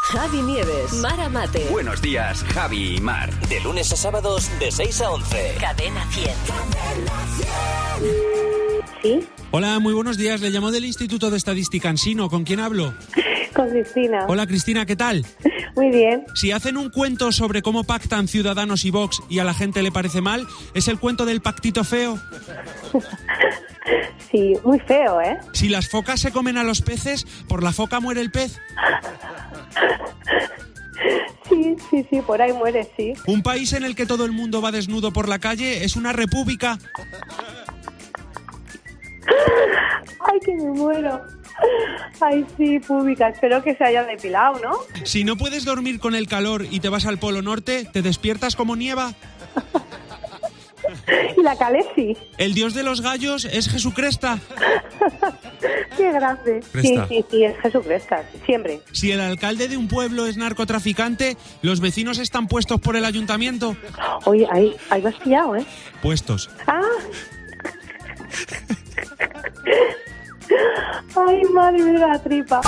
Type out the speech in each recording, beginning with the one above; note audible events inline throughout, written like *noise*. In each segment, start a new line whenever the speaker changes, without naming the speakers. Javi Nieves, Mara Mate,
Buenos días, Javi y Mar.
De lunes a sábados de 6 a 11.
Cadena 100.
Sí,
Hola, muy buenos días. Le llamo del Instituto de Estadística Ansino. ¿Con quién hablo?
con Cristina.
Hola, Cristina, ¿qué tal?
Muy bien.
Si hacen un cuento sobre cómo pactan Ciudadanos y Vox y a la gente le parece mal, ¿es el cuento del pactito feo?
Sí, muy feo, ¿eh?
Si las focas se comen a los peces, ¿por la foca muere el pez?
Sí, sí, sí, por ahí muere, sí.
¿Un país en el que todo el mundo va desnudo por la calle es una república?
Ay, que me muero. Ay, sí, pública. Espero que se haya depilado, ¿no? *laughs*
Si no puedes dormir con el calor y te vas al Polo Norte, ¿te despiertas como nieva?
Y la Calesi.
¿El dios de los gallos es Jesucresta?
Qué grande.
Cresta.
Sí, sí, sí, es Jesucristo. Siempre.
Si el alcalde de un pueblo es narcotraficante, ¿los vecinos están puestos por el ayuntamiento?
Oye, ahí, ahí me has pillado, ¿eh?
Puestos.
Ah. Ay, madre mía, la tripa.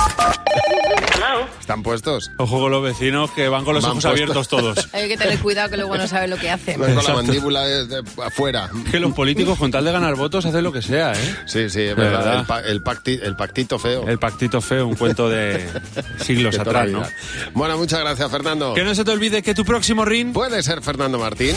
¿Están puestos?
Ojo con los vecinos que van con los
Van
ojos
puestos.
abiertos *laughs* todos.
Hay que tener cuidado que luego no saben lo que hacen.
Con la
Exacto.
mandíbula eh, de- afuera.
Que los políticos con tal de ganar votos hacen lo que sea, ¿eh?
Sí, sí,
De
es verdad.
verdad.
El, pa- el pacti- el pactito feo.
El pactito feo, un cuento *laughs* de siglos
De toda
atrás,
la
¿no?
vida. Bueno, muchas gracias, Fernando.
Que no se te olvide que tu próximo ring
Puede ser Fernando Martín.